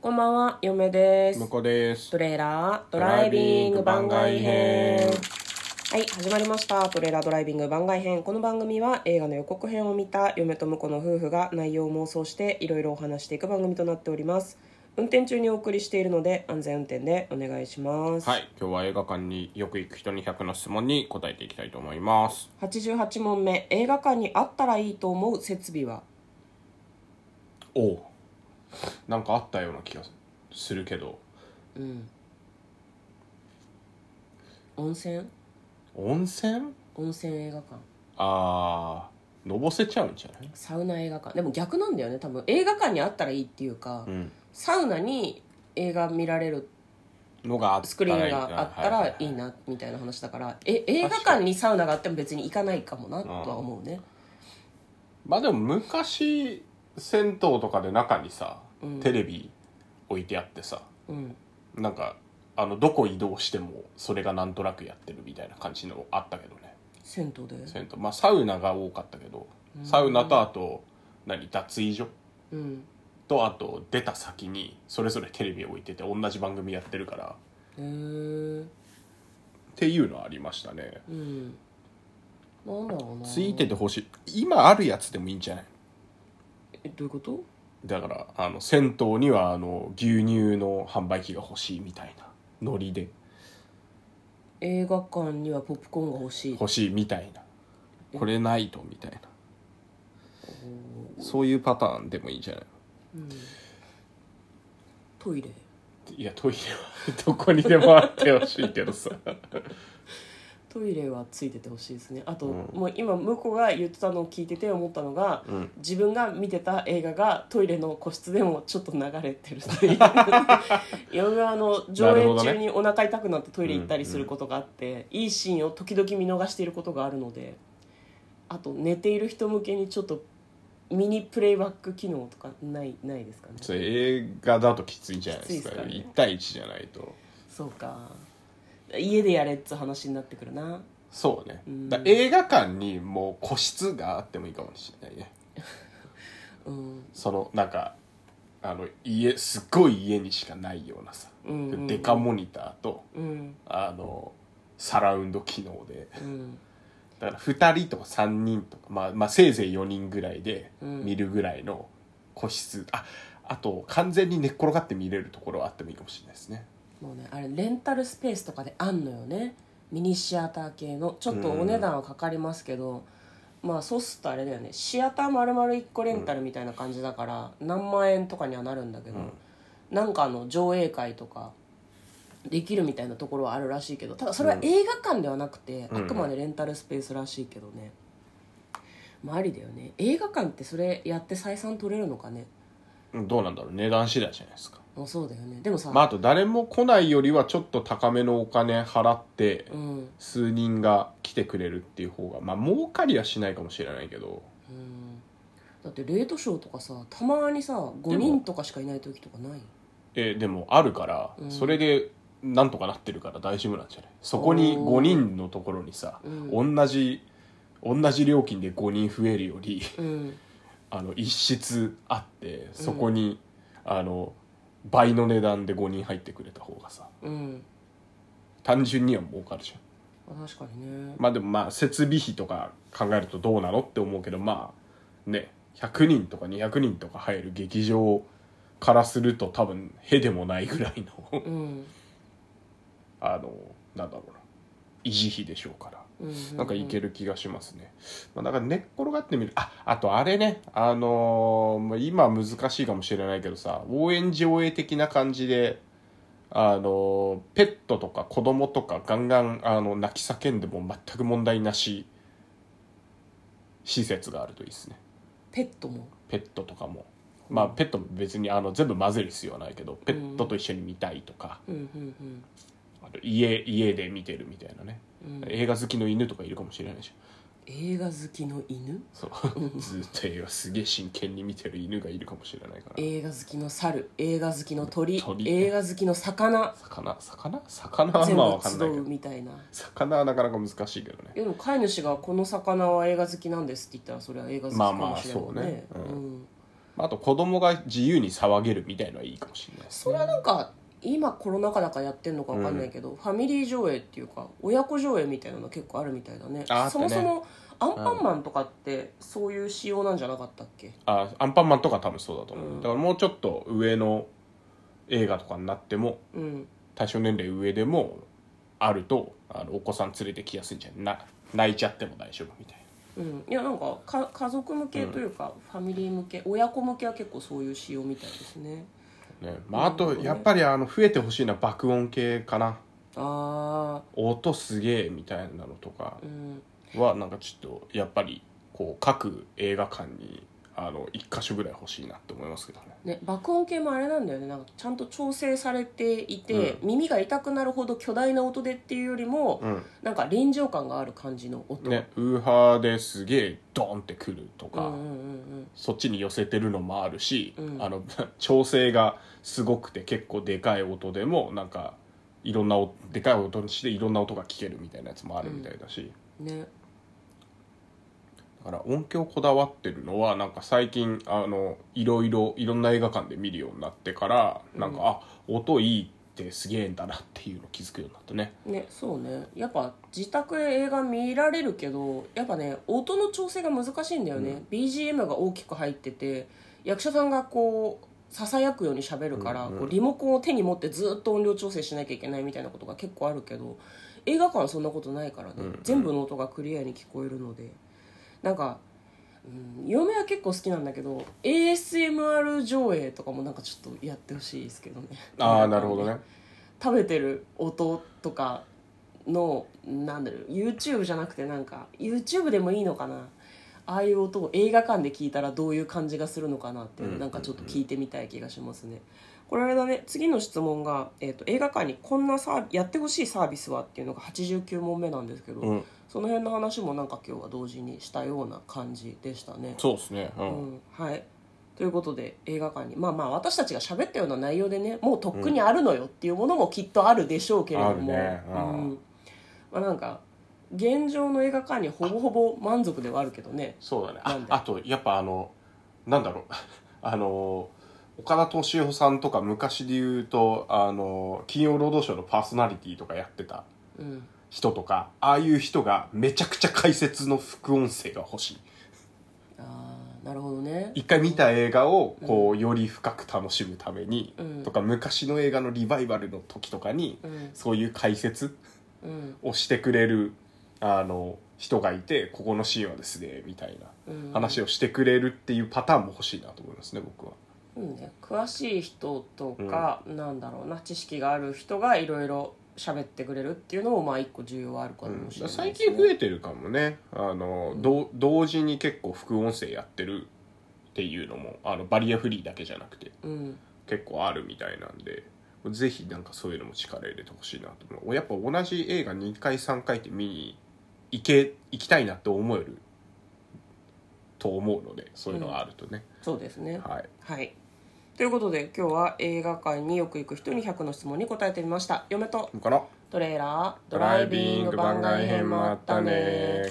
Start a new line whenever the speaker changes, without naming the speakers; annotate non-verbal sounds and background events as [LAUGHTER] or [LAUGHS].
こんばんは、嫁です。
向こうです
トレーラードライビング番外編。はい、始まりました。トレーラードライビング番外編。この番組は映画の予告編を見た嫁と婿の夫婦が内容を妄想していろいろお話していく番組となっております。運転中にお送りしているので安全運転でお願いします。
はい今日は映画館によく行く人に100の質問に答えていきたいと思います
88問目、映画館にあったらいいと思う設備は
おおなんかあったような気がするけど
温泉
温泉
温泉映画館
あーのぼせちゃうんじゃない
サウナ映画館でも逆なんだよね多分映画館にあったらいいっていうか、
うん
サウナに映画見られる
のがあったら
スクリーンがあった
は
ら
はい
いなみたいな話だからえ映画館にサウナがあっても別に行かないかもなとは思うね
まあでも昔銭湯とかで中にさ、テレビ置いてあってさ
うん
なんかあのどこ移動してもそれがなんとなくやってるみたいな感じのあったけどね
銭湯で
銭湯まあサウナが多かったけどサウナとあと何脱衣所
うん
とあと出た先にそれぞれテレビ置いてて同じ番組やってるから
へえー、
っていうのはありましたね
うんなんだろうな
ついててほしい今あるやつでもいいんじゃない
えどういうこと
だからあの銭湯にはあの牛乳の販売機が欲しいみたいなノリで
映画館にはポップコーンが欲しい
欲しいみたいなこれないとみたいなそういうパターンでもいいんじゃない
トイレ
いやトイレはどこにでもあってほしいけどさ
トイレはついててほしいですねあと、もう今向こうが言ってたのを聞いてて思ったのが、自分が見てた映画がトイレの個室でもちょっと流れてるっていう [LAUGHS] 夜があの上映中にお腹痛くなってトイレ行ったりすることがあって、いいシーンを時々見逃していることがあるのであと寝ている人向けにちょっとミニプレイバック機能とかないないですかね
それ映画だときついじゃないで
き
すか
ついですかね
1対1じゃないと
そうか家でやれっつう話になってくるな
そうねだ映画館にもう個室があってもいいかもしれないね
うん
そのなんかあの家すっごい家にしかないようなさ、
うんうん
デカモニターと
うん
あのサラウンド機能で
うん
だから2人とか3人とか、まあ、まあせいぜい4人ぐらいで見るぐらいの個室、ああと完全に寝っ転がって見れるところはあってもいいかもしれないですね
もうねあれレンタルスペースとかであんのよねミニシアター系のちょっとお値段はかかりますけど、まあそうするとあれだよねシアター丸々1個レンタルみたいな感じだから、何万円とかにはなるんだけど、なんかあの上映会とかできるみたいなところはあるらしいけどただそれは映画館ではなくて、あくまでレンタルスペースらしいけどね、まあありだよね映画館ってそれやって採算取れるのかね
うんどうなんだろう値段次第じゃないですか
あそうだよねでもさ、
まあ、あと誰も来ないよりはちょっと高めのお金払って
うん
数人が来てくれるっていう方がまあ儲かりはしないかもしれないけど
だってレートショーとかさたまにさ5人とかしかいない時とかない
えでもあるからそれでなんとかなってるから大丈夫なんじゃないそこに5人のところにさ同じ同じ料金で5人増えるより [LAUGHS]
うん
あの一室あってそこにあの倍の値段で5人入ってくれた方がさ
うん
単純には儲かるじゃん
あ確かにね
まあでもまあ設備費とか考えるとどうなのって思うけどまあね100人とか200人とか入る劇場からすると多分へでもないぐらい
う
の
ん
あのなんだろうな維持費でしょうから
うん
なんかいける気がしますね、まあ、だから寝っ転がってみるああとあれねあのーまあ今は難しいかもしれないけどさ応援上映的な感じであのーペットとか子供とかガンガンあの泣き叫んでも全く問題なし施設があるといいですね
ペットも
ペットとかもまあペットも別にあの全部混ぜる必要はないけどペットと一緒に見たいとか、
うんうんうん
あと家家で見てるみたいなね、映画好きの犬とかいるかもしれないし
映画好きの犬
そうずっと映画すげえ真剣に見てる犬がいるかもしれないから
映画好きの猿映画好きの鳥
鳥
映画好きの魚
魚魚魚は
全
[LAUGHS] まあ分
部
かん
集
ないけ
う
ど
みたいな
魚はなかなか難しいけどね
でも飼い主が「この魚は映画好きなんです」って言ったらそれは映画好き
ま
か
あまあ
もしれないもんね
そうねう
うん
まあ、あと子供が自由に騒げるみたいのはいいかもしれないです
それはなんか今コロナ禍だからやってんのか分かんないけど、ファミリー上映っていうか親子上映みたいなの結構あるみたいだね
ああった
そ
ね
もそもアンパンマンとかってそういう仕様なんじゃなかったっけ、
あアンパンマンとか多分そうだと思う、
うん
だからもうちょっと上の映画とかになっても
うん、
対象年齢上でもあるとあのお子さん連れてきやすいんじゃないな泣いちゃっても大丈夫みたいな
うん、いやなんかか家族向けというか、ファミリー向け親子向けは結構そういう仕様みたいですね
ねまあ、
うん
あとやっぱりあの増えてほしいのは爆音系かな
あ
音すげえみたいなのと
あ
か
うん
はなんかちょっとやっぱりこう各映画館にあの1箇所ぐらい欲しいなって思いますけどね
ね、爆音系もあれなんだよねなんかちゃんと調整されていて、
う
耳が痛くなるほど巨大な音でっていうよりも、
う
なんか臨場感がある感じの音、
んねウーハーですげえドンってくると
うん
か、
うんうん
そっちに寄せてるのもあるし、
うん
あの [LAUGHS] 調整がすごくて結構でかい音でもなんかいろんなおでかい音にしていろんな音が聞けるみたいなやつもあるみたいだし、
うんね
だから音響こだわってるのはなんか最近あのいろいろいろんな映画館で見るようになってからなんか、
うん
あ音いいってすげえんだなっていうの気づくようになったね
ねそうねやっぱ自宅で映画見られるけどやっぱね音の調整が難しいんだよね、
う
BGM が大きく入ってて役者さんがこうささやくように喋るから、
うんうん
こうリモコンを手に持ってずっと音量調整しなきゃいけないみたいなことが結構あるけど映画館はそんなことないからね、
うんうん
全部の音がクリアに聞こえるのでなんか、うん、嫁は結構好きなんだけど ASMR 上映とかもなんかちょっとやってほしいですけどね
ああなるほどね
食べてる音とかのなんだろう YouTube じゃなくてなんか YouTube でもいいのかなああいう音を映画館で聞いたらどういう感じがするのかなっていう
うん
の
うん
なんかちょっと聞いてみたい気がしますね。これあれだね次の質問が、えー、と映画館にこんなサーやってほしいサービスはっていうのが89問目なんですけど、
うん
その辺の話もなんか今日は同時にしたような感じでしたね。
そうですねう、
うんん、はいということで映画館にまあまあ私たちが喋ったような内容でねもうとっくにあるのよっていうものもきっとあるでしょうけれども、
あるねあー
うんまあ、なんか現状の映画館にほぼほぼ満足ではあるけどね
そうだね
な
あ
んで
あとやっぱあのなんだろう [LAUGHS] あの岡田敏夫さんとか昔で言うとあの金曜ロードショーのパーソナリティとかやってた
うん
人とかああいう人がめちゃくちゃ解説の副音声が欲しい
ああなるほどね
一回見た映画をこうより深く楽しむために、
うん
とか昔の映画のリバイバルの時とかに、
うん
そういう解説
うん
をしてくれるあの人がいてここのシーンはですねみたいな
うん
話をしてくれるっていうパターンも欲しいなと思いますね僕は。
うんね、詳しい人とか、なんだろうな知識がある人がいろいろ喋ってくれるっていうのもまあ一個重要はあるか
うん
もしれない
最近増
え
えてるかもねあの、どう同時に結構副音声やってるっていうのもあのバリアフリーだけじゃなくて
うん
結構あるみたいなんでぜひなんかそういうのも力入れてほしいなと思うやっぱ同じ映画2回3回って見に行け行きたいなって思えると思うのでそういうのがあるとね、
そうですね
はい
はい。ということで今日は映画館によく行く人に100の質問に答えてみました。嫁と
この
トレーラード
ドライビング番外編もあったね